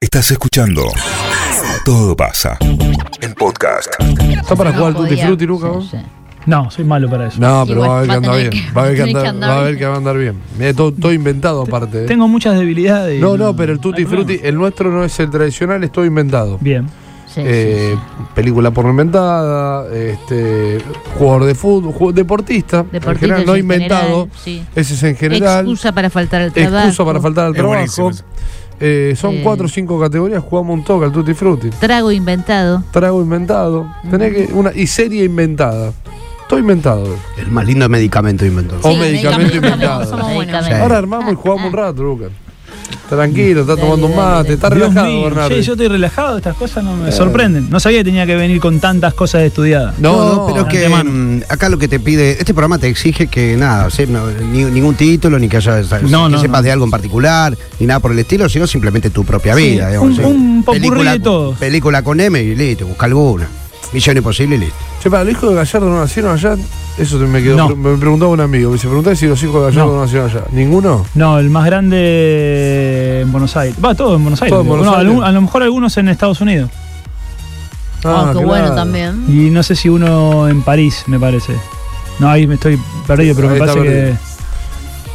Estás escuchando Todo pasa en podcast. ¿Está para No jugar al Tutti podía. Frutti, Luca? vos? No, soy malo para eso. No, Sí, pero igual va a ver que va a anda tener bien. que- Va a ver que tiene que anda- andar va a bien. ver que va a andar bien. Mirá, todo, todo inventado aparte. eh. Tengo muchas debilidades. y- No, no, pero el Tutti hay problema. Frutti, el nuestro no es el tradicional, es todo inventado. Bien. Sí, Eh, sí, Película porno inventada, este, jugador de fútbol, ju- deportista, en sí. Deportistas general, en no general, inventado, sí. ese es en general, excusa, Excusa para faltar al trabajo. para faltar al Es buenísimo trabajo. eso. Eh, son Eh. cuatro o cinco categorías, jugamos un toque al Tutti Frutti. Trago inventado. Trago inventado, tenés que una y serie inventada. Todo inventado. El más lindo medicamento inventó. Oh, O medicamento inventado. somos buenos. Medicamento. Ahora armamos y jugamos un rato, Lucas. Tranquilo, está tomando un Ah, Dale, dale, mate, está Dios relajado, mío, Bernardo. Eh. sí, yo estoy relajado, estas cosas no me sorprenden. No sabía que tenía que venir con tantas cosas estudiadas. No, no, pero es que antemano. mm, acá lo que te pide, este programa te exige que nada, se- no, ni- ningún título, ni que, haya, No, que no, sepas no. de algo en particular, ni nada por el estilo, sino simplemente tu propia Sí, vida. digamos, un- un popurrí Película- de todos. Película con M y listo, busca alguna. Millón imposible y listo. Che, para los hijos de Gallardo no nacieron allá, eso te- me quedó. No. Me preguntaba un amigo, me dice, pregunté si los hijos de Gallardo no, No. nacieron allá. ¿Ninguno? No, el más grande en Buenos Aires. Va, todo en Buenos Aires. Todo en Buenos No, Aires. algún- a lo mejor algunos en Estados Unidos. Ah, qué bueno claro. también. Y no sé si uno en París, me parece. No, ahí me estoy perdido, pero Ahí me está parece que. perdido.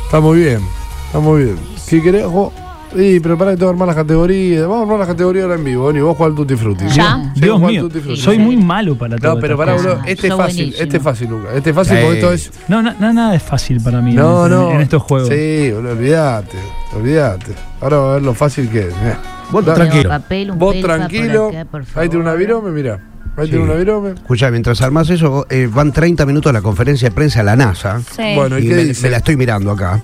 Está muy bien, está muy bien. ¿Qué querés? Jo- Sí, pero pará que tengo que armar las categorías. Vamos a armar las categorías ahora en vivo, Oni, vos jugás al Tutti Frutti. Ya. Sí, vos Dios jugás al mío, Tutti Frutti. soy muy malo para todo. No, pero pará, cosas. boludo, este Sos es fácil, buenísimo. este es fácil, Lucas. Este es fácil Sí. porque esto es No, na- na- nada es fácil para mí No, en, no. en estos juegos. Sí, boludo, olvídate, olvídate. Ahora va a ver lo fácil que es. mirá. Vos Da- tranquilo. Tengo papel, un Vos pelpa por tranquilo. acá, por favor. Ahí tiene una virome, mirá. Ahí Sí. tiene una virome. Escucha, mientras armas eso, eh, van 30 minutos a la conferencia de prensa a la NASA. Sí. Bueno, ¿y Y qué me, dice? me la estoy mirando acá.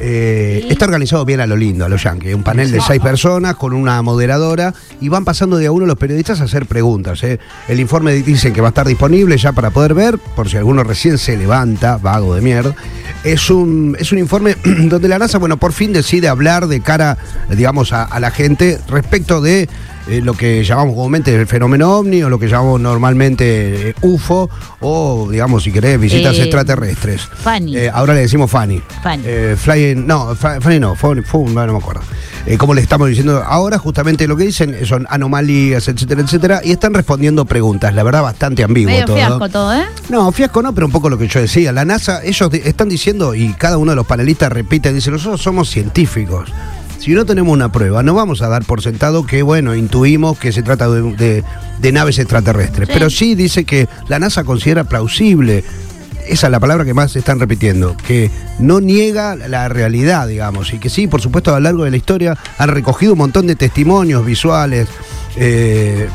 Eh, Está organizado bien a lo lindo, a lo yankee. Un panel de seis personas con una moderadora y van pasando de a uno los periodistas a hacer preguntas. eh. El informe dicen que va a estar disponible ya para poder ver, por si alguno recién se levanta, vago de mierda. Es un, es un informe donde la NASA, bueno, por fin decide hablar de cara, eh, digamos, a, a la gente respecto de eh, lo que llamamos comúnmente el fenómeno ovni o lo que llamamos normalmente eh, UFO o, digamos, si querés, visitas Eh, extraterrestres. Fanny. Eh, ahora le decimos Fanny. Fanny. Eh, flying, no, fa- Fanny no, Fanny, Fun, no, no me acuerdo. Eh, como le estamos diciendo ahora, justamente lo que dicen eh, son anomalías, etcétera, etcétera, y están respondiendo preguntas, la verdad bastante ambiguo Medio todo. fiasco todo, ¿eh? No, fiasco no, pero un poco lo que yo decía. La NASA, ellos di- están diciendo, y cada uno de los panelistas repite, dice, nosotros somos científicos. Si no tenemos una prueba, no vamos a dar por sentado que, bueno, intuimos que se trata de, de- de naves extraterrestres. Sí. Pero sí dice que la NASA considera plausible, esa es la palabra que más están repitiendo, que no niega la realidad, digamos, y que sí, por supuesto, a lo largo de la historia han recogido un montón de testimonios visuales, eh,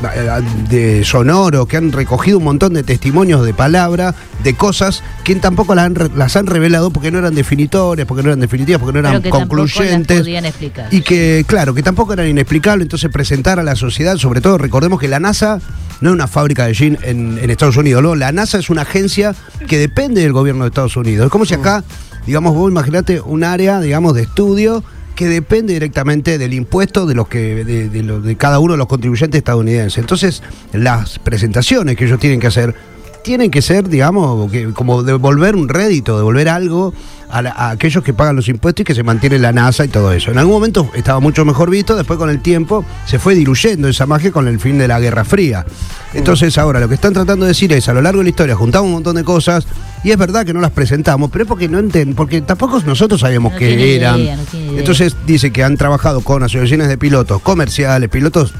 de sonoros, que han recogido un montón de testimonios de palabra, de cosas que tampoco las han, re- las han revelado porque no eran definitorias, porque no eran definitivas, porque no Pero eran que tampoco las concluyentes. podían explicar. Y que, claro, que tampoco eran inexplicables, entonces presentar a la sociedad, sobre todo recordemos que la NASA no es una fábrica de jean en, en Estados Unidos, ¿no? la NASA es una agencia que depende del gobierno de Estados Unidos. Es como si acá, digamos, vos imaginate un área, digamos, de estudio que depende directamente del impuesto de los que de, de lo- de cada uno de los contribuyentes estadounidenses. Entonces, las presentaciones que ellos tienen que hacer tienen que ser, digamos, que- como devolver un rédito, devolver algo a, la- a aquellos que pagan los impuestos y que se mantiene la NASA y todo eso. En algún momento estaba mucho mejor visto, después con el tiempo se fue diluyendo esa magia con el fin de la Guerra Fría. Entonces ahora lo que están tratando de decir es, a lo largo de la historia juntamos un montón de cosas y es verdad que no las presentamos, pero es porque no enten, porque tampoco nosotros sabíamos No tiene que idea, eran. no tiene idea. Entonces dice que han trabajado con asociaciones de pilotos comerciales, pilotos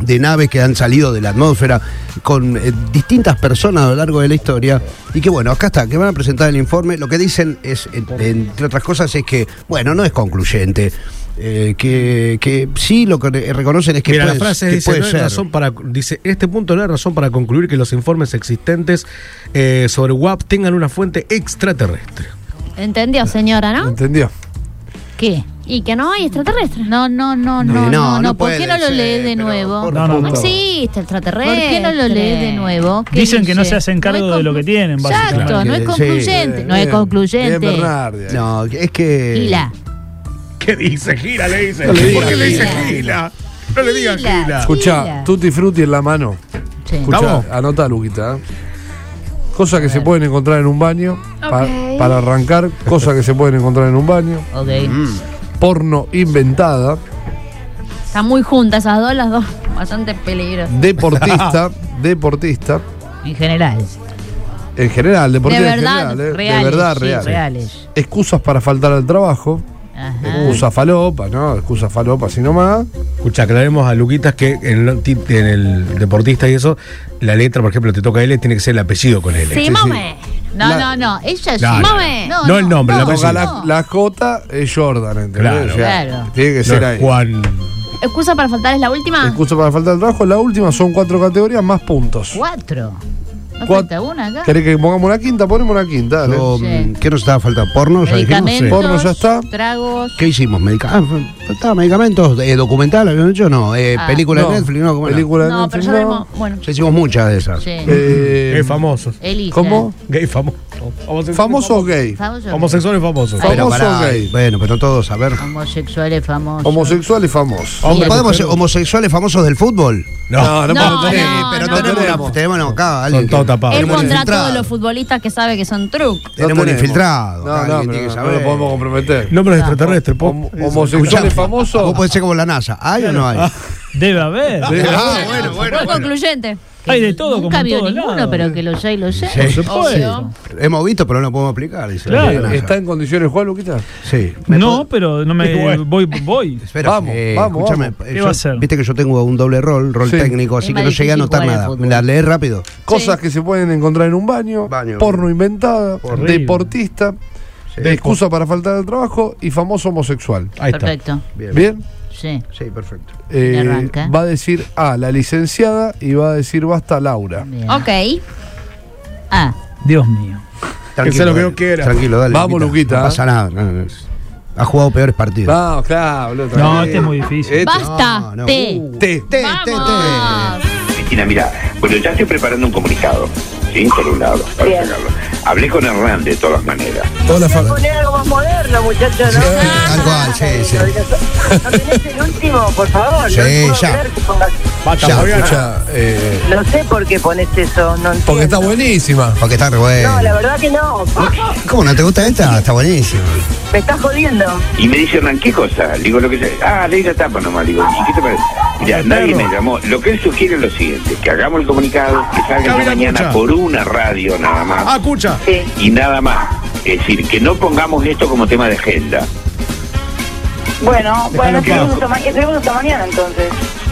de naves que han salido de la atmósfera con eh, distintas personas a lo largo de la historia y que bueno, acá está, que van a presentar el informe, lo que dicen es, en- entre otras cosas, es que bueno, no es concluyente, eh, que, que sí lo que re- reconocen es que Mira, puede, la frase que dice, puede no hay ser. razón para, dice, este punto no es razón para concluir que los informes existentes eh, sobre WAP tengan una fuente extraterrestre. Entendió, señora, ¿no? ¿Entendió? ¿Qué? Y que no hay extraterrestres. No, no, no, no, no, Eh, no. ¿Por puede qué no lo ser, lees de pero nuevo? por No, no, No favor. existe extraterrestre. ¿Por qué no lo lees de nuevo? ¿Qué Dicen que no dice? se hacen cargo No es de lo conclu- que tienen, Exacto, básicamente. no es Sí, concluyente. Bien, Este no es bien. concluyente. Bien, Bernardi. ahí. No, es que... Gila. ¿Qué dice? Gila le dice. No le diga ¿Por qué le dice Gila. Gila? No le digas Gila. Gila. Escuchá, Mira. Tutti Frutti en la mano. Sí. Escuchá, Vamos. anota, Luquita. ¿eh? Cosas que se pueden encontrar en un baño. pa- para arrancar, Mm. cosas que se pueden encontrar en un baño. Ok. Porno inventada. Están muy juntas esas dos, las dos. Bastante peligrosas. Deportista, deportista, En general. en general, deportista De en verdad, general, ¿eh? reales, de verdad, sí, reales. reales. Excusas para faltar al trabajo, Ajá. excusa falopa, ¿no? Excusa falopa, así nomás. Escucha, aclaremos a Luquitas que en, lo- ti- en el deportista y eso, la letra, por ejemplo, te toca L, tiene que ser el apellido con L. Sí, mame. No, este, La- no, no. Ella es. No, no, Mame. no. No el nombre, la Toca apellido. la, la J es Jordan, ¿entendés? Claro. O sea, Claro. Tiene que No ser es ahí. Juan. Excusa para faltar es la última. Excusa para faltar al trabajo. La última son cuatro categorías más puntos. Cuatro. ¿No Cuat- falta una acá? ¿Querés que pongamos una quinta? Ponemos una quinta. dale. Yo, Sí. mm, ¿Qué nos estaba falta? ¿Porno? Ya dijimos. Medicamentos. Porno ya está. Tragos. ¿Qué hicimos? Medica ah, faltaba medicamentos, eh, documental, habíamos hecho, no. Eh, Ah. película No, de Netflix, no. ¿cómo era? película de No, pero Netflix, ya no. tenemos. Bueno. Ya hicimos muchas de esas. Sí. Eh, Gay famosos. Elisa. ¿Cómo? Gay famoso. Homosexuales ¿Famoso o gay? Famoso. Homosexuales famosos. Famoso Pero pará, o gay. Bueno, pero todos, a ver. Homosexuales famosos. Homosexual y famoso. Hombre, ¿Podemos ser mujer. homosexuales famosos del fútbol? no, No, no, Sí, Ah, no, pero no. tenemos. tenemos, una- tenemos acá a alguien. Son todos que- tapados. Él Tenemos un contra infiltrado. todos los futbolistas que sabe que son truc. Tenemos un infiltrado. No, acá, no, alguien pero tiene que no, saber. lo podemos comprometer. Nombres extraterrestres, po. Hom- homosexuales famosos. Vos podés ser como la NASA. ¿Hay o no hay? Debe haber. Ah, bueno, bueno. Fue concluyente. Que Hay de todo, como Nunca en vio todos ninguno, lados. pero que los hay, los hay. Sí. Obvio. Hemos visto, pero no lo podemos aplicar. Dice Claro. la NASA. Eh, ¿Está en condiciones Juan Luquita? Sí. Me No, pod- pero no me Bueno. voy, voy. Espera, Vamos, eh, vamos, escúchame, vamos. eh, ¿Qué yo- va a ser? Viste que yo tengo un doble rol, rol Sí. técnico, así Es que más no llegué a difícil anotar jugar al nada. fútbol. La lees rápido. Cosas que se pueden encontrar en un baño, Baño. porno inventada, Horrible. deportista, excusa para faltar al trabajo y famoso homosexual. Ahí está. Perfecto. Bien. Bien, Sí. Sí, perfecto. Eh, Me arranca. va a decir A, la licenciada, y va a decir basta Laura. Bien. Ok. Ah, Dios mío. Que sea lo que yo quiera. Tranquilo, dale. Vamos, Luquita. No pasa nada. no, no, no. Ha jugado peores partidos. No, claro, boludo, No, eh, este es muy difícil. eh, Basta. No, no. Te. Uh, T. Te, te, te. Vamos. Cristina, mira, bueno, ya estoy preparando un comunicado, ¿sí? Por un lado, para sacarlo. Hablé con Hernán de todas maneras. Toda la fa- Poner algo más moderno, muchachos, ¿no? Tal cual, sí, sí. No tenés el último, por favor. no Sí, puedo ya. creer que pongas- Basta, Ya, Fabián. Escucha, eh, No sé por qué pones eso. No porque está entiendo. buenísima. Porque está re bueno. No, la verdad que no. ¿Cómo no te gusta esta? Está buenísimo. Me estás jodiendo. Y me dice Hernán, ¿qué cosa? Le digo lo que sea. Ah, leí la tapa nomás. Le digo, ¿y qué te parece? Mira, nadie me llamó. Lo que él sugiere es lo siguiente: que hagamos el comunicado, que salga Cabina esta mañana mucha. por una radio nada más. Ah, escucha. Sí. Y nada más. Es decir, que no pongamos esto como tema de agenda. Bueno, bueno, en paz. seguimos hasta ma- seguimos hasta mañana entonces.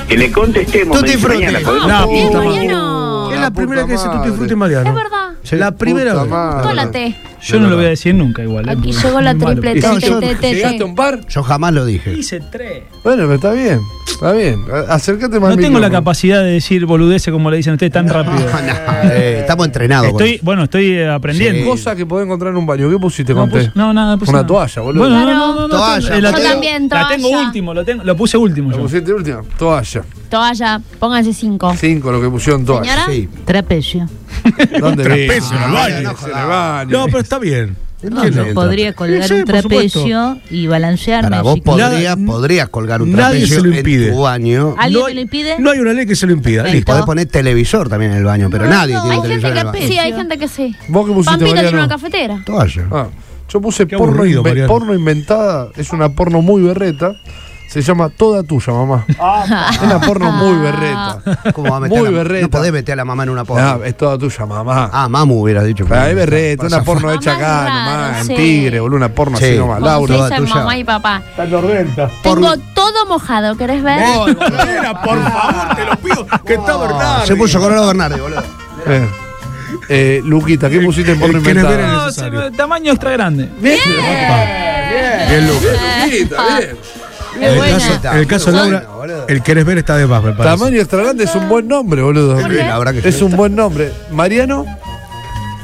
Que le contestemos. Tutti me dice, frutti. mañana podemos- La Bien, puta madre. Mariano. Es La la puta primera que dice Tutti madre. Frutti Mariano. Es verdad. La primera Puta vez. madad. Toda la T. Yo no lo voy a decir nunca igual. eh, Aquí porque llegó la es malo. triple Y T. si T, yo- T, T, ¿Llegaste a T. un bar? Yo jamás lo dije. Hice tres. Bueno, pero está bien, está bien. A- Acércate más No al tengo la micrófono. capacidad de decir boludeces como le dicen ustedes tan rápido. No, eh, estamos entrenados. por Estoy, bueno, estoy eh, aprendiendo. Cosa que podés encontrar en un baño. ¿Qué pusiste, No, Conté? puse- no, nada, puse Una nada. toalla, boludo. Bueno, no, Claro. no, no, no, Toalla, tengo- eh, la yo tengo- también, La tengo toalla. último, lo, tengo, lo puse último ¿La yo. pusiste última? Toalla. Toalla. Pónganse cinco. Cinco, lo que pusieron toalla. Señora. Sí. trapecio. ¿Dónde? Trapecio, Ah, en el baño. no jodas. En el baño. No, pero está bien. No, ¿Quién no, no? Podría colgar Sí, un por trapecio y balancearme. Para vos así que- Nada- podrías, podrías colgar un nadie trapecio se lo impide. en tu baño. ¿Alguien No me hay- lo impide? No hay una ley que se lo impida. Perfecto. Listo. Podés poner televisor también en el baño, pero nadie tiene Hay gente televisor en que el baño. sí, hay gente que sí. ¿Vos qué pusiste, Pampita tiene Mariano? una cafetera. Toalla. Ah, yo puse Qué porno, aburrido, inve- Mariano. porno inventada. Es una porno muy berreta. Se llama Toda Tuya, mamá. Ah. es una porno muy berreta. Ah. ¿Cómo va a meter Muy a la- berreta. No podés meter a la mamá en una porra. Ah, es Toda Tuya, mamá. Ah, mamu hubieras dicho. Pero ahí berreta, Para una porno Mamá hecha es acá raro, nomás, sí. en tigre, boludo, una porno Sí. así nomás. Como Como se Laura, Laura, dicen tuya. mamá y papá. Está en renta. Tengo todo mojado, ¿querés ver? por favor, te lo pido. Que está zafar. Bernardo. Ah, Se puso colorado Bernardi, boludo. Eh, eh, Luquita, ¿qué pusiste en porno el que le inventada? viene- No, se me- tamaño extra grande. Bien, Lucas. Eh, ah. Es buena. En el caso de Bueno, Laura, boludo. el querés ver está de más, me parece. Tamaño extra grande es un buen nombre, boludo. Sí, la verdad que Es sí. un buen nombre. Mariano,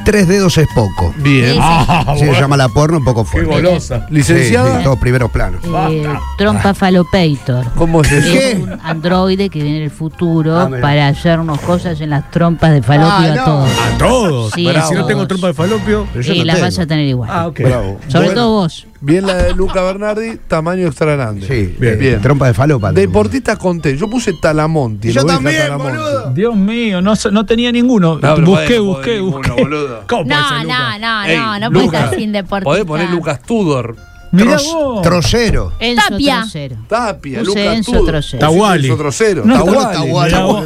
Tres dedos es poco. bien. Ah, Sí, se bueno. llama la porno un poco Qué fuerte. golosa. Sí, Licenciada, sí, todos primeros planos. Eh, trompa falopeitor. ¿cómo es eso? Es un androide que viene en el futuro Ah, mira. para hacernos cosas en las trompas de falopio Ah, a no. todos. A todos. Sí, Pará, si no todos. tengo trompa de falopio. Pero yo Y no las tengo. vas a tener igual. Ah, ok. Bravo. Sobre Bueno, todo vos. Bien la de Luca Bernardi, tamaño extra grande. Sí, Bien. eh, Bien. Trompa de falopa. Deportista conté. Yo puse Talamonti. Yo la oveja también, Talamonti. boludo. Dios mío, no, se- no tenía ninguno. No, pero busqué, podés, busqué, podés busqué. ninguno, boludo. ¿Cómo puede No, ser, Lucas? no, no, Ey, no, no puede Lucas, estar sin deportista. Podés poner Lucas Tudor. Mirá Tros- vos. Trocero. Enzo Tapia. Trocero. Tapia, Puse Luca Enzo Tudor. Trocero. Tahuali. Enzo Trocero. No, Tahuali, Tahuali, mirá mirá vos.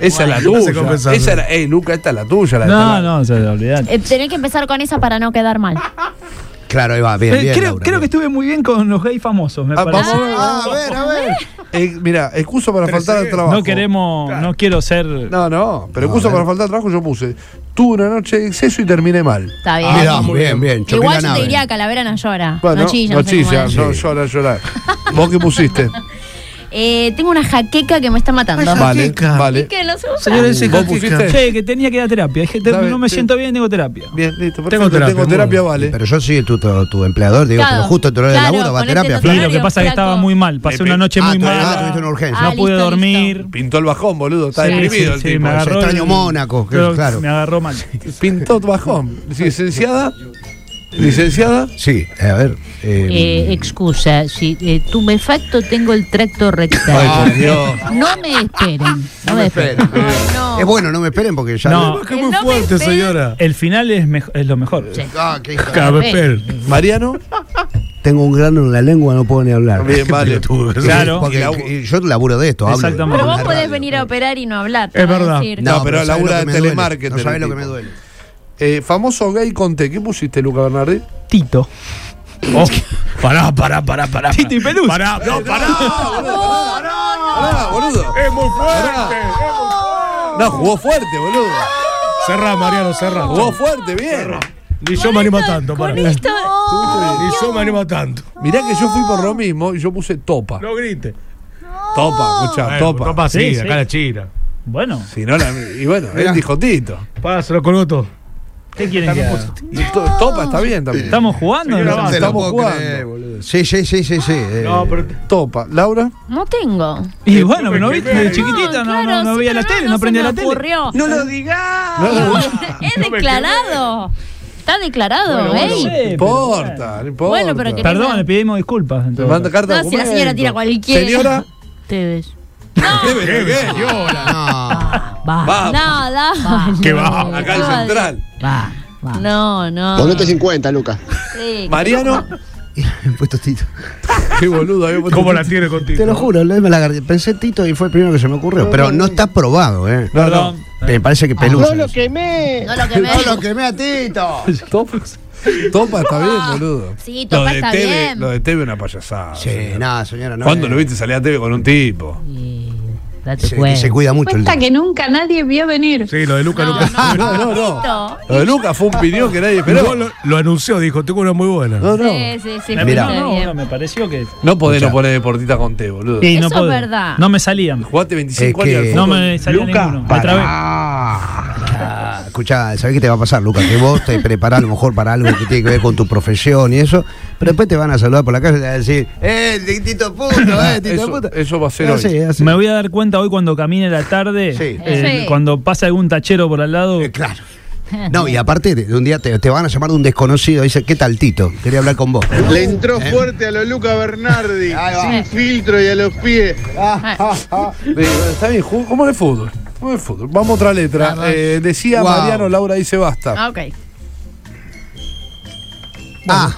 Esa es la No sé cómo tuya. pensarlo. Esa era, ey, Luca, esta es la tuya. La de No, Tahuali. no, se olvidate. Eh, tenés que empezar con esa para no quedar mal. Claro, ahí va, bien, Eh, bien. creo Laura, creo que bien. estuve muy bien con los gays famosos, me Ah, parece. vamos Ah, a ver, a ver. Eh, mira, excusa para faltar al trabajo. No queremos, no quiero ser. No, no, pero excusa a ver. para faltar al trabajo yo puse. Tuve una noche de exceso y terminé mal. Está bien. Ah, Mirá, bien, bien. choqué la Igual yo te nave. diría Calavera no llora. Bueno, no chilla. no sé cómo chilla, es. no Sí. llora, llora. ¿Vos qué pusiste? Eh, tengo una jaqueca que me está matando. vale, vale. Que no se usa. Señores, ¿Vos pusiste? Che, que tenía que ir a terapia. Dije, te- Dale, no me te- siento bien, tengo terapia. Bien, listo, perfecto. Tengo Tengo terapia, terapia, vale. Pero yo soy tu, tu, tu empleador, digo, Claro, pero justo en tu hora de claro, laburo va a ponete terapia. tu Sí, Fran. lo que pasa es que flaco. estaba muy mal. Pasé una noche Ah, muy tu- ah, mala. tuviste una urgencia. No Ah, pude listo, dormir. Pintó el bajón, boludo. Está Sí, deprimido sí, el sí, tipo. me agarró. extraño el- Mónaco, que- Creo que claro. Me agarró mal. Pintó el bajón. Licenciada. Licenciada. Sí, eh, a ver. eh, Eh, excusa, si eh, tumefacto tengo el tracto Ay, por rectal. Dios. No me esperen. No me esperen. Ay, no. es bueno, no me esperen porque ya. No. Que Eh, muy no me fuerte, esperes. señora. El final es, mejo- es lo mejor. Sí. Ah, qué hija. Cabe espera. Mariano. Tengo un grano en la lengua, no puedo ni hablar. Bien, vale. Claro. Porque Y labu- y yo laburo de esto, hablo. Exactamente. Pero vos La podés radio. venir a operar y no hablar. te Es va a verdad. decir. No, pero ¿sabes labura lo que de me duele? telemarketing, No sabes lo el que me tipo. duele. Eh, famoso gay con T. ¿Qué pusiste, Luca Bernardi? Tito. Oh, pará, pará, pará, pará. Tito y Pelusa. Pará, no, pará. Pará, boludo. Es muy fuerte. No, jugó fuerte, boludo. Cerrá, Mariano, cerrá. Jugó fuerte, bien. Ni yo me animo tanto, pará. Con Ni esto. yo me animo tanto. Mirá que yo fui por lo mismo y yo puse topa. No grite. Topa, escuchá, topa. Topa, sí, Sí, sí. acá la chira. Bueno, Si no la- y bueno, él Mirá. dijo Tito. Pará, se lo colgó todo. ¿qué quieren que haga? To- Topa está bien también. ¿Estamos jugando? Señora, ¿no? vamos. Te lo estamos puedo jugando. creer, boludo. Sí, sí, sí, sí, sí. eh. No, pero. Topa. Laura. No tengo. Y bueno, ¿no viste? Desde chiquitita no, no, claro, no sí, veía la pero tele, no no se prendía me la tele. ocurrió. ¿Eh? No lo digas. Es declarado. Está declarado, ¿eh? Bueno, ey. bueno, No importa, no importa. Bueno, pero que- Perdón, le pedimos disculpas. Te entonces. manda carta de No, si la documento. señora tira cualquiera. Señora. Ustedes. ¿Qué me- qué? No. Va, va, Va, No, no. Que va. acá el no, central. va. No, no. Ponete 50, Lucas. Sí. Mariano. Y he puesto Tito. Qué boludo. había puesto ¿Cómo la Tito. tiene contigo? Te lo juro, lo- me la agarré. pensé Tito y fue el primero que se me ocurrió. Pero no está probado, ¿eh? No, no. Perdón. Me parece que pelusa. No quemé. No lo que me. lo quemé a Tito. Topa, topa está bien, boludo. Sí, Lo Ah. topa de, está TV, bien. lo de TV una payasada. Sí, nada, señora. No ¿Cuándo eh. lo viste salir a TV con un tipo? Y Se, date que se cuenta. cuida mucho el Tito. que nunca nadie vio venir. Sí, lo de Luca, No, Luca. No, no, no. Lo de Lucas fue un pidión que nadie Igual esperó. lo, lo anunció, dijo, tengo una muy buena. No, no. Sí, sí, sí. Me- Mirá. está no, no, bien. no, me pareció que. No podés no poner deportista con T, boludo. Y Eso no es pude. verdad. No me salían. Jugaste 25 Es que- años al fútbol. No me salía ninguno. Me trabé. Ah, escuchá, ¿sabés qué te va a pasar, Lucas? Que vos te preparás a lo mejor para algo que tiene que ver con tu profesión y eso, pero después te van a saludar por la calle y te van a decir, ¡eh, Tito Puto, eh, Tito Eso, Puto! eso va a ser Ah, hoy. sí, ah, sí. Me voy a dar cuenta hoy cuando camine la tarde, Sí. eh, Sí. cuando pasa algún tachero por al lado. Eh, Claro. No, y aparte, de un día te, te van a llamar de un desconocido. Dice, ¿qué tal, Tito? Quería hablar con vos. Eh. Le entró fuerte a lo Luca Bernardi. Sin filtro y a los pies. Le digo, Está bien, ju- ¿cómo es el fútbol? ¿Cómo es el fútbol? Vamos a otra letra. Eh, decía Wow. Mariano, Laura dice basta. Ah, ok. Ah,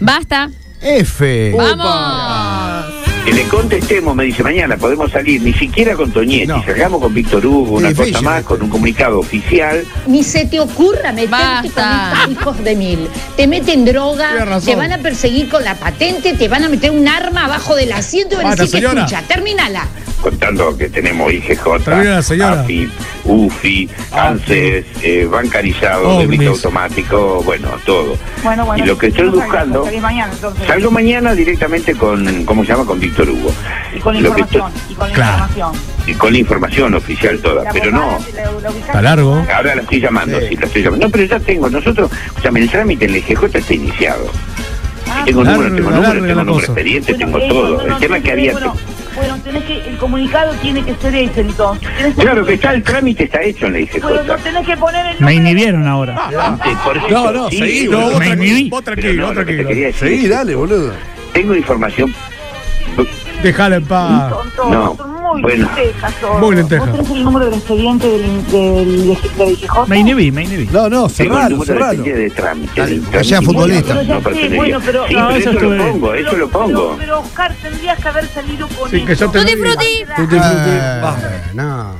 Basta. F. Ah, Vamos. Que le contestemos, me dice, mañana podemos salir, ni siquiera con Toñetti, No. salgamos con Víctor Hugo, una Es cosa difícil. más, con un comunicado oficial. Ni se te ocurra meterte Basta. con estos hijos de mil. Te meten Tienes droga, razón. Ah, te van a perseguir con la patente, te van a meter un arma abajo del asiento y van a Basta, decir que señora. escucha, terminala. contando que tenemos IGJ, También la señora. Ah, AFIP, UFI, ANSES, eh, bancarizado, Ovnis. débito automático, bueno, todo. Bueno, bueno. Y lo que estoy no salgo, buscando- salí mañana, entonces. Salgo mañana directamente con, ¿cómo se llama? Con Víctor Hugo. Y con la Lo que estoy- información. Y con la Claro. información. pues, y con la información oficial toda, La pero no. borrás, la- la ubicás. Está largo. Ahora la estoy llamando, Sí. sí. la estoy llamando. No, pero ya tengo, nosotros, o sea, el trámite en el IGJ está iniciado. Ah, tengo larga, número, tengo larga número, tengo la número, cosa. expediente, Bueno, tengo eh, todo. cuando El no tema tenés que había... teléfono- Bueno, tenés que, el comunicado tiene que ser ese entonces. Tenés que- Claro que está, el trámite está hecho en la IGJ. Pero no tenés que poner el nombre. Me inhibieron ahora. Sí, por eso, No, no, sí, seguí, boludo. No, vos Me inhibí. tranquilo, vos tranquilo, Pero no, vos lo que te tranquilo. quería decir Seguí, es que dale, boludo. Tengo información. Dejala en paz. Tonto, No. tonto, muy Bueno. lentejas todo. Muy lenteja. ¿Vos tenés el número del expediente del, del, del Ah. IGJ? Me inhibí, me inhibí. No, no, Tengo el cerralo, número de cerralo. especie de trámite. del que sea trámite. futbolista. No, Pero ya sé, pertenecía. bueno, pero- sí, Ah, pero eso eso, lo estuve- pongo, eso lo Pero, pongo. pero, Oscar, tendrías que haber salido con Sí, que eso. yo te lo Tutti digo. frutti. Tutti frutti, Ah, basta. no.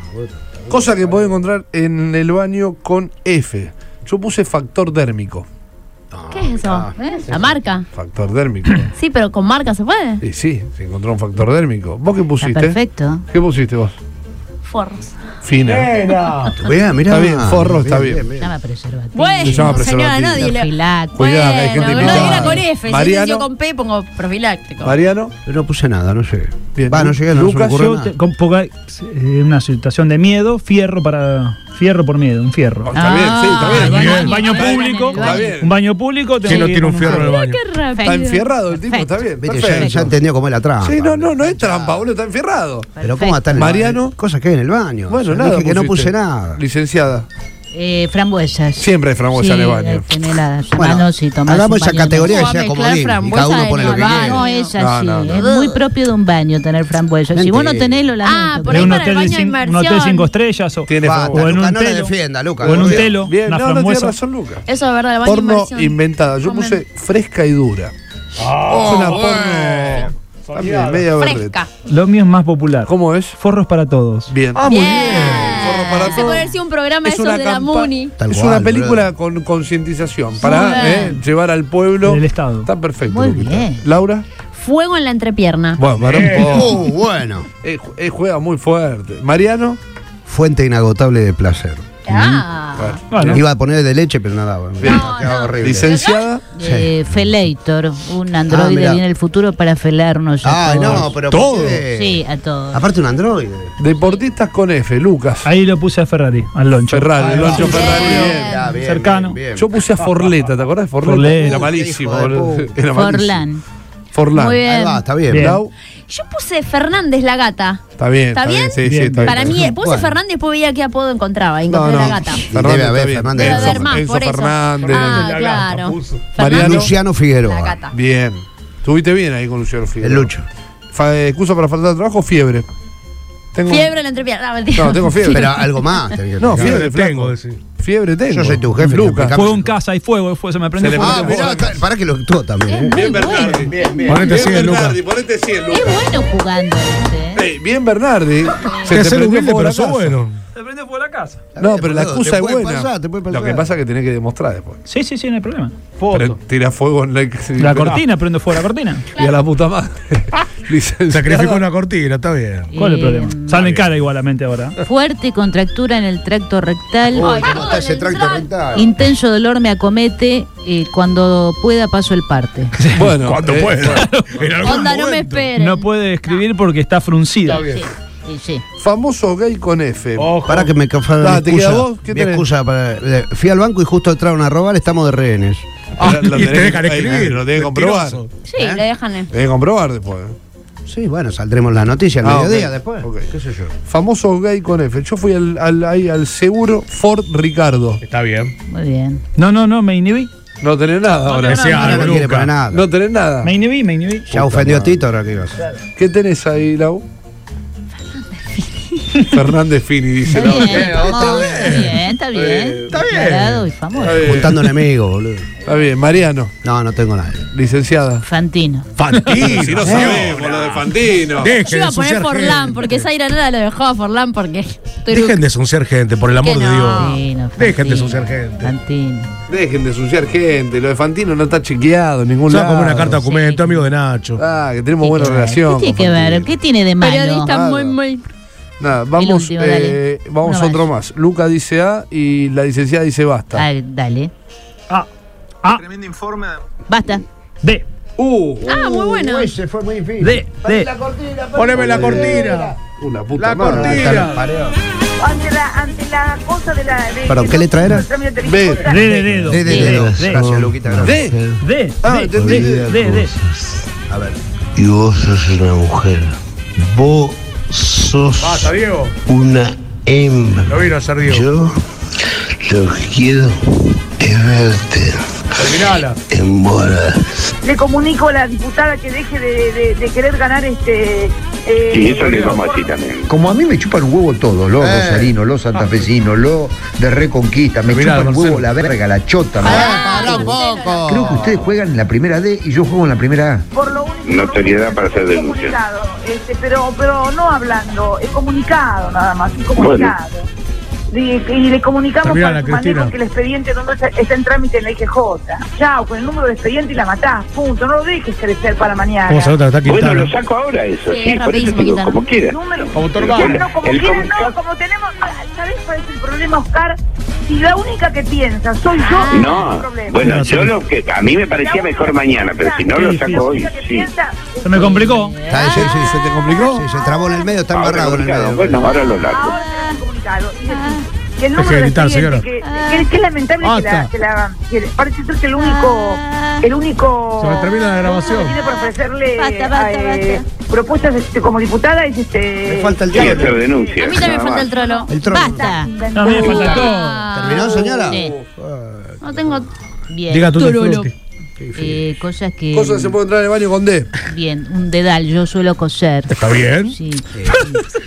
Cosa que puedo encontrar en el baño con F. Yo puse factor dérmico. ¿Qué es Ah, eso? ¿Eh? La marca. Factor dérmico. Sí, pero con marca se puede. Y sí, se encontró un factor dérmico. ¿Vos qué Está pusiste? perfecto. ¿Qué pusiste vos? Forros. Fina. Vea, Ah, mirá. Ah, Está bien, forro está bien. Llama Se preservativo. llama Bueno, señora, preservativo. no dile. Profilac. Cuidado, que hay gente Bueno, no invitada. diga con F, si Mariano. es yo con P pongo profiláctico. Mariano. Yo no puse nada, no llegué. Bien. Va, no llegué, no se me Lucas, ocurrió Yo nada. te- con poca- eh, una situación de miedo, fierro para. Fierro por miedo, un Ah, fierro. Está bien, sí, está bien. Ah, Bien. Un baño público. Está bien. Un baño público. ¿Quién tengo no que ir tiene un con fierro en el baño? Qué rápido. Está enfierrado el tipo, Perfecto. está bien. Viste, ya, ya Perfecto. entendió cómo es la trampa. Sí, no, no, no es trampa, boludo, está enfierrado. Pero cómo está en el Mariano. baño. Cosas que hay en el baño. Bueno, O sea, nada. Dije que no pusiste. puse nada. Licenciada. Eh, frambuesas. Siempre hay frambuesa en el baño. eh, hay que tenerla, Bueno, llamarnos y tomar hagamos un esa baño en el categoría que O a sea mezclar comodín. Y cada frambuesa uno pone en lo el que baño. quiere. No, es No, así. no, no. Es muy propio de un baño tener frambuesas. Si vos no Mentira. tenés, lo Ah, lamento. por De ahí un para el hotel, de baño de cin- un inmersión. hotel cinco estrellas o, Tiene Basta, frambuesa. o en Lucas, un no la telo. defienda, Lucas, o en no un digas. telo, Bien, no, una no tiene frambuesa. razón, Lucas. Eso es verdad, el baño de Porno inmersión. inventada. Yo Comen. puse fresca y dura. Oh, es una porno. También, media berreta. Fresca. Lo mío es más popular. ¿Cómo es? Forros para todos. Ah, Bien. Ah, Bien. Forro para Se todos. puede decir un programa de esos de la campa- Muni. Tal es cual, una película con concientización para Bien. eh, llevar al pueblo. Del Estado. Está perfecto. Muy Luquita. bien. Laura. Fuego en la entrepierna. Bueno, para un poco. Uh, bueno. Eh, ju- eh, juega muy fuerte. Mariano. Fuente inagotable de placer. Ah. Bueno, Iba a poner de leche, pero no daba. No, Quedaba no. horrible. Licenciada. Eh, Felator, un Ah, androide mirá. viene el futuro para felarnos. a Ay, todos. no, pero. Todo. ¿por qué? Sí, a todos. Aparte, un androide. Deportistas con F. Lucas. ahí lo puse a Ferrari, al loncho. Ferrari. Loncho Ferrari. bien. Está Ah, bien, Cercano. bien, bien. Yo puse a Forleta, ¿te acordás de Forleta? Forleta. Era malísimo. Hijo de boludo. puta. Era malísimo. Forlán. Forlán. Muy bien. Ahí va, está bien. Bien. Lau, Yo puse Fernández la gata. Está bien. ¿Está bien? Sí, sí, Bien. está bien. Para mí, puse Bueno. Fernández y después veía qué apodo encontraba. y No, Encontré no. la gata. Y debe haber Fernández. Debe Enzo- haber más, Enzo por eso. Fernández. Ah, La gata claro. puso. Mariano. Luciano La Figueroa. gata. Bien. Estuviste bien ahí con Luciano Figueroa. El Lucho. Fa- eh, excusa para faltar de trabajo, fiebre. Tengo- Fiebre en la entrepierna. No, mentira. No, tengo fiebre. Pero algo más. tenés que No, explicar. fiebre, flaco. tengo, decís. Fiebre tengo. Yo soy tu jefe, Lucas. explícame. Fuego en casa, hay fuego, hay fuego, se me prende Se le fuego. Ah, mirá, está- pará que lo actuó también. ¿eh? Bien Bernardi. Bien, bien. Ponete Bien cien, Bernardi, ponete 100, Es Lucas. bueno jugando este. ¿eh? Ey, Bien Bernardi. Te te hacer prendió humilde, fuego pero la sos casa. bueno. Se prende fuego la casa. No, pero la eh. Te excusa es puede buena. pasar, te puede pasar. Lo que pasa es que tenés que demostrar después. Sí, sí, sí, no hay problema. Pero tira fuego en la, La cortina, prendo fuego la cortina. "Ah, Y a la puta madre. Licenciada. Sacrificó una cortina, está bien. ¿Cuál es el Eh, problema? Sale en cara igualmente ahora. Fuerte contractura en el tracto rectal. Uy, ¿Cómo está ese tracto rectal? Intenso dolor me acomete. eh, cuando pueda paso el parte. Bueno. Cuando eh, pueda. En algún Onda, no me momento. esperen. No puede escribir porque está fruncida. Sí, sí, sí. Famoso gay con F. Ojo. Pará que me cafan Ah, la ¿te queda excusa. vos? ¿Qué Mi tenés? excusa para- le- Fui al banco y justo entraron a robar, estamos de rehenes. Pero Ah, lo y tenés te dejan que- ahí, escribir. Lo tenés que comprobar. Mentiroso. Sí, le dejan en. Tenés que comprobar después. eh. Sí, bueno, saldremos la noticia al Ah, mediodía ok, después. ok. Ah, ¿Qué sé yo? Famoso gay con F. Yo fui al, al, ahí al seguro Ford Ricardo. Está bien. Muy bien. No, no, no, me inhibí. No tenés nada ahora. tenés Decía Ahora algo, no quiere para Luca. nada. No tenés nada. Me inhibí, me inhibí. ya ofendió a Tito ahora que ibas. ¿Qué tenés ahí, Lau? Fernández Fini, dice Lau. famoso, está bien, está bien. Declarado y famoso. Juntando enemigos, boludo. Está bien, Mariano, No, no tengo nada. licenciada. Fantino. Fantino. Si no sabemos lo de Fantino. Dejen Yo de iba a poner ensuciar Forlán, gente. porque Zaira Nara lo dejó a Forlán porque. Dejen de ensuciar gente, por el amor Que de no. Dios. Fantino, Dejen Ah, de Fantino, ensuciar gente. Fantino. Dejen de ensuciar gente. Lo de Fantino no está chequeado en ningún Yo lado. como una carta de documento, amigo de Nacho. Ah, que tenemos buena ¿Qué relación. tiene con que ver? Fantino. ¿Qué tiene de malo? Periodista muy, muy. Nada, vamos, último, eh, dale. vamos Uno otro más. Luca dice A y la licenciada dice basta. Ah, dale. Ah, ah, Basta. D, Uh, Ah, muy bueno. Se fue muy difícil. D, D. Poneme la cortina. una puta La madre. cortina. Ante la, ante la cosa de la... de- Perdón, ¿qué letra era? trámite de- Ve, D de dedo. D de D, dedo. D, Gracias, Luquita. gracias. D. D, Ah, D, entendí. D, D, D. A ver. y vos sos una mujer. Vos sos Pasa, Diego. una hembra. Lo vino a hacer Diego. Yo lo que quiero es verte Terminala. en bolas. Le comunico a la diputada que deje de, de- de querer ganar este Eh, Y eso les vamos a decir también. Como a mí me chupan un huevo todos, los rosarinos, los santafesinos, los de Reconquista, me Mirá, chupan un Marcelo. huevo la verga, la chota. me- un poco. Creo que ustedes juegan en la primera D y yo juego en la primera A. Por lo único Notoriedad para hacer denuncias. comunicado, este, pero, pero no hablando, es comunicado nada más, un comunicado. Y, y le comunicamos Termina para la su manejo Cristina. que el expediente no está, está en trámite en la IGJ. Chao, con el número de expediente y la matás, punto. No lo dejes crecer para mañana. ¿Cómo se nota que está Bueno, Quintana? lo saco ahora eso, Sí, sí, por eso rapidísimo, digo, Quintana. como quieras. Número- Autor El Bárbara. comunicado- No, como el quieren, comunicado- no, como tenemos. ¿Sabes cuál es el problema, Oscar? Si la única que piensa soy yo, Ah, es No, un problema. bueno, yo lo que a mí me parecía mejor mañana, pero si no lo saco hoy, sí. Se me complicó. Está- sí, sí, se te complicó. Sí, se trabó en el medio, está Ahora embarrado en el comunicado, medio. bueno, ahora lo largo. Ahora tenemos el comunicado. Y Ah. decís que el número Deje de de gritar, expediente, señora. que, que- que es lamentable que Basta. la, que la- que le- parece ser que el único, Ah. el único Se me termina la grabación. que tiene para ofrecerle Basta, basta, eh, propuestas este, como diputada es este. Me falta el Sí, diablo. hacer denuncias. A mí también me nada falta más. el trolo. El trolo. Basta. No, a mí me falta todo. Ah, ¿Terminó, señora? Sí. No tengo. Eh, Bien. Diga tú, Tururu. Tefluki. Eh, cosas que. Cosas que se puede entrar en el baño con D. Bien, un dedal, yo suelo coser. ¿Está bien? Sí.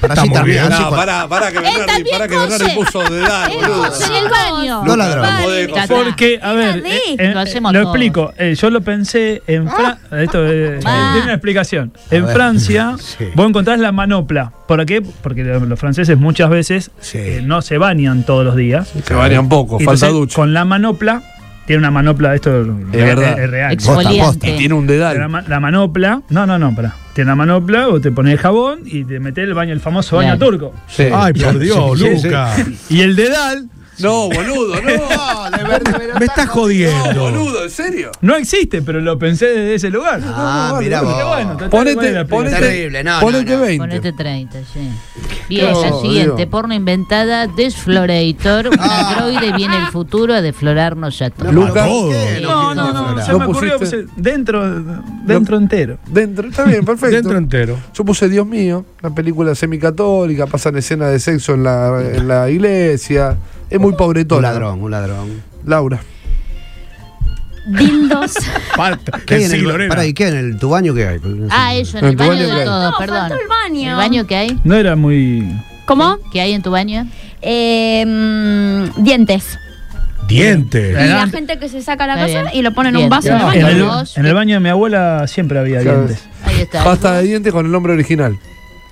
Para Está sí muy también. bien. así cual- pará, pará, que Eh, Bernardi, también pará, que Bernardi cose. puso de Ah, edad, Él boludo. cose en el baño. No ladrón. No podés Vale. coser. Porque, a ver, Dale. eh, eh, Lo hacemos lo todos. explico. Eh, yo lo pensé en Fra- Esto eh, Ah. tiene una explicación. En ver. Francia, Sí. vos encontrás la manopla. ¿Por qué? Porque lo- los franceses muchas veces Sí. eh, no se bañan todos los días. Se varían poco, Y falta entonces, ducha. Con la manopla, tiene una manopla, esto es, verdad. es real. Y Exfoliante. tiene un La, dedal. ma- la manopla, no, no, no, pará. Tiene la manopla, vos te pones el jabón y te metes el baño, el famoso baño Claro. turco. Sí. Ay, por Dios, Sí, sí. Luca. Y el dedal No, boludo, no. Me estás No, jodiendo. boludo, ¿en serio? no existe, pero lo pensé desde ese lugar. Ah, vale, mirá vale. vos. Bueno, total, ¿cuál es Ponete, la Terrible, ponete, no, no, ponete no. 20. Ponete 30, sí. Bien, la No, siguiente, digo. porno inventada, desflorator, un Ah. androide viene el futuro a desflorarnos a todos. Luca, Todo. No, no, no, Flora. se ¿No me ocurrió pusiste? pues, dentro, dentro entero. dentro, está bien, perfecto. Dentro entero. Yo puse Dios mío, una película semicatólica, pasan escenas de sexo en la, en la iglesia. Es muy Un pobretona. ladrón, un ladrón. Laura. Dildos. Parta. ¿Qué hay en Sí, el- Lorena. pará, ¿y qué? ¿En el, tu baño qué hay? Ah, eso, en En el tu baño baño, de claro. todo, No, perdón. faltó el baño. ¿El baño que hay? No era muy. ¿Cómo? ¿Qué hay en tu baño? Eh, mm, dientes. Dientes. Y la Ah, gente que se saca la Está cosa bien. y lo pone en un Bien. vaso. Ya. en el En baño. el, Dos. en el baño de mi abuela siempre había Claro. dientes. Ahí está. Pasta de dientes con el nombre original.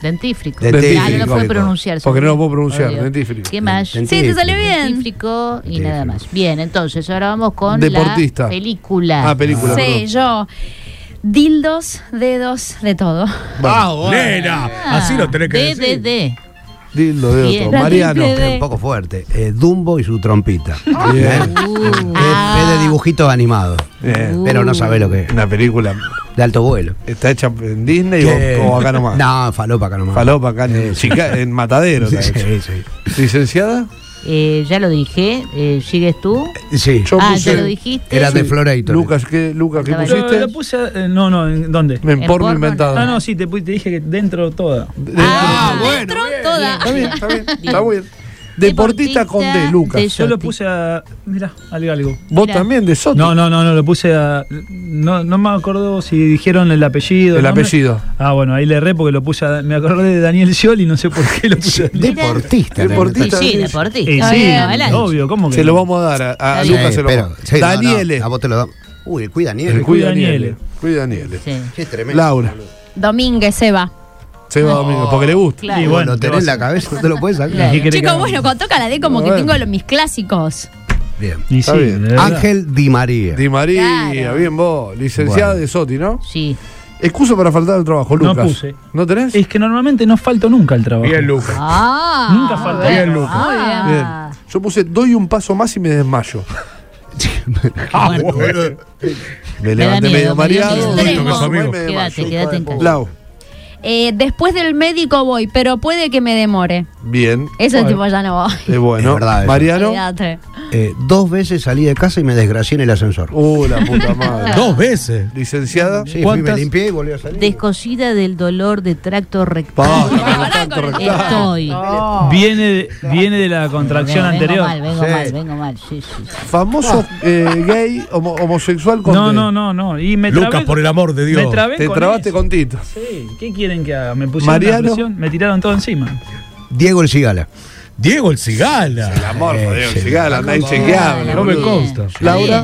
Dentífrico. Dentífrico. Ah, no lo puedo pronunciar. Porque no lo puedo seguro. pronunciar, Por Dios. dentífrico. ¿Qué más? Dentífrico. Sí, te salió bien. Dentífrico y Dentífrico. nada más. Bien, entonces ahora vamos con Deportista. la película. Ah, película. Sí, yo. Dildos, dedos, de todo. Ah, Ah, Nena. Ah, Así lo tenés que decir. DDD. perdón. Dildo de Bien. otro. La Mariano. triple D. Un poco fuerte. Eh, Dumbo y su trompita. Bien. Uh, Ah. Es, es de dibujitos animados. Bien. Pero no sabés lo que es. Una película. De alto vuelo. ¿Está hecha en Disney ¿Qué? o, o acá nomás? No, falopa acá nomás. Falopa acá en, Chica- en Matadero. Sí, está hecha. sí, sí. ¿Licenciada? eh, ya lo dije. eh, ¿Sigues tú? Sí. Yo ah, puse- ya lo dijiste. Era de Florator. Lucas, ¿qué, Lucas, ¿qué Estaba Yo pusiste? la puse. eh, no, no, ¿en dónde? En En porno porno, inventado. Ah, no, sí, te, pu- te dije que dentro toda. Ah, bueno. Dentro, toda. Está bien, está bien, está muy bien. Deportista con D, Deportista Lucas. de- Yo lo puse a. Mirá, algo, algo. Vos Mirá. también de Soto. No, no, no, no, lo puse a. No, no me acuerdo si dijeron el apellido. El nombre. apellido. Ah, bueno, ahí le erré porque lo puse a. Me acordé de Daniel Scioli, no sé por qué lo puse a. Deportista. Y Deportista. sí, Sí. deportista. Eh, Está sí, bien, adelante. obvio, ¿cómo que? Se lo vamos a dar a- a, Está bien. Lucas. Se lo vamos. a dar. Daniele. Daniele. A vos te lo damos. Uy, el cuida El Daniele. Cuy Cuy Daniele. Daniele. Cuy Daniele. Sí. Qué tremendo. Laura. Domínguez, Seba. Seba Domingo, porque le gusta. Claro. Y Vos bueno, lo te tenés en vas- la cabeza, no te lo puedes sacar. Claro. ¿Y qué querés que Chicos, haga? bueno, cuando toca la D como que Bueno. tengo los- mis clásicos. Bien. Y Está sí, bien. de verdad. Ángel Di María. Di María, Claro. bien vos. Licenciada Bueno. de Soti, ¿no? Sí. Excusa para faltar al trabajo, No Lucas. puse. ¿No tenés? Es que normalmente no falto nunca al trabajo. Bien, Luca. Ah, Nunca falta. Bien, Luca. Bien. Ah, Yo puse doy un paso más y me desmayo. Ah, bueno. Me da levanté medio miedo, me dio mareado. miedo. doy Extremo. un paso más y me Quédate, desmayo. quédate en casa. Lau. Eh, después del médico voy, pero puede que me demore. Bien. Eso tipo ya no voy. Es bueno. Es verdad eso. Mariano. Olvídate. Eh, dos veces salí de casa y me desgracié en el ascensor. Uh, la puta madre. Dos veces. Licenciada. Sí, fui, me ¿Cuántas? limpié y volví a salir. Descosida del dolor de tracto Basta, rectal. pero tanto reclamo. Estoy. Viene, de, viene de la contracción vengo, vengo anterior. Ah. mal, vengo Sí. mal, vengo mal. Sí, sí. sí. Famoso eh, gay homo- homosexual con No, D. no, no, no. Y me Lucas, trabé- por el amor de Dios. Me trabé Te con trabaste eso. con Tito. Sí, ¿qué quiere quieren que haga? Me pusieron una Mariano. presión, me tiraron todo encima. Diego el Cigala. Diego el Cigala. El amor, por Diego el Cigala, anda inchequeable, inchequeable. No me boludo. consta. Laura,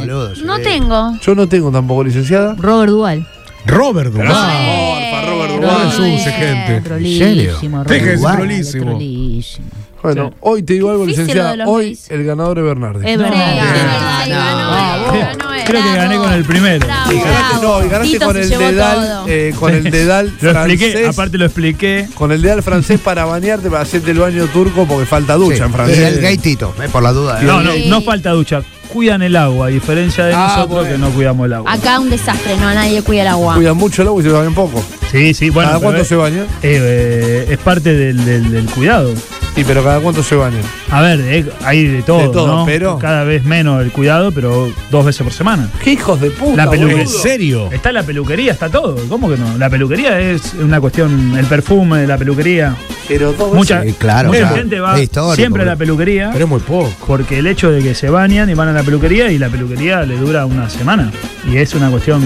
No tengo. yo no tengo tampoco licenciada. Robert Dual. Robert Duval. Robert Duval es un gente. Prolísimo, Robert Dejen de ser Dual, prolísimo. prolísimo. Bueno, hoy te digo algo, Difícil lo licenciada. de los Eh, Hoy el ganador es Bernardi. Es verdad. Ah, Creo que gané con el primero. Y ganaste, no, y ganaste Tito con se el llevó dedal, todo. eh, con el dedal Lo francés. expliqué, aparte lo expliqué. Con el dedal francés para bañarte, para hacerte el baño turco, porque falta ducha en Y Francia. el gaitito, eh, por la duda. eh. No, no, no falta ducha. Cuidan el agua, a diferencia de Ah, nosotros que no cuidamos el agua. Ah, Acá un desastre, no, nadie cuida el agua. Cuidan mucho el agua y se bañan poco. Sí, sí, bueno. ¿Cada pero cuánto es- se bañan? eh, eh, es parte del, del- del cuidado. Sí, pero cada cuánto se bañan. A ver, eh, hay de todo, De todo, ¿no? pero- Cada vez menos el cuidado, pero dos veces por semana. ¡Qué hijos de puta! La peluca. ¿En serio? Está la peluquería, está todo. ¿Cómo que no? La peluquería es una cuestión, el perfume, la peluquería. Pero dos Mucha, Sí, claro, mucha claro. gente va Es histórico, siempre a la boludo. peluquería Pero es muy poco. porque el hecho de que se bañan y van a la peluquería y la peluquería le dura una semana. Y es una cuestión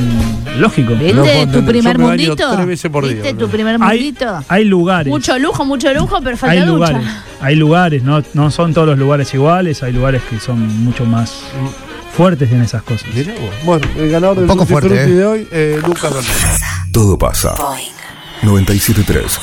lógico. No puedo ¿Viste entender, tu primer yo me baño mundito? tres veces por día, ¿Viste boludo. tu primer Hay, mundito? hay lugares. Mucho lujo, mucho lujo, pero falta hay ducha. lugares, hay lugares, no, no son todos los lugares iguales, hay lugares que son mucho más fuertes en esas cosas. Mirá vos. Bueno, el ganador del poco Tutti fuerte, Frutti eh. de hoy, eh, Lucas Bernardi. Todo pasa. 973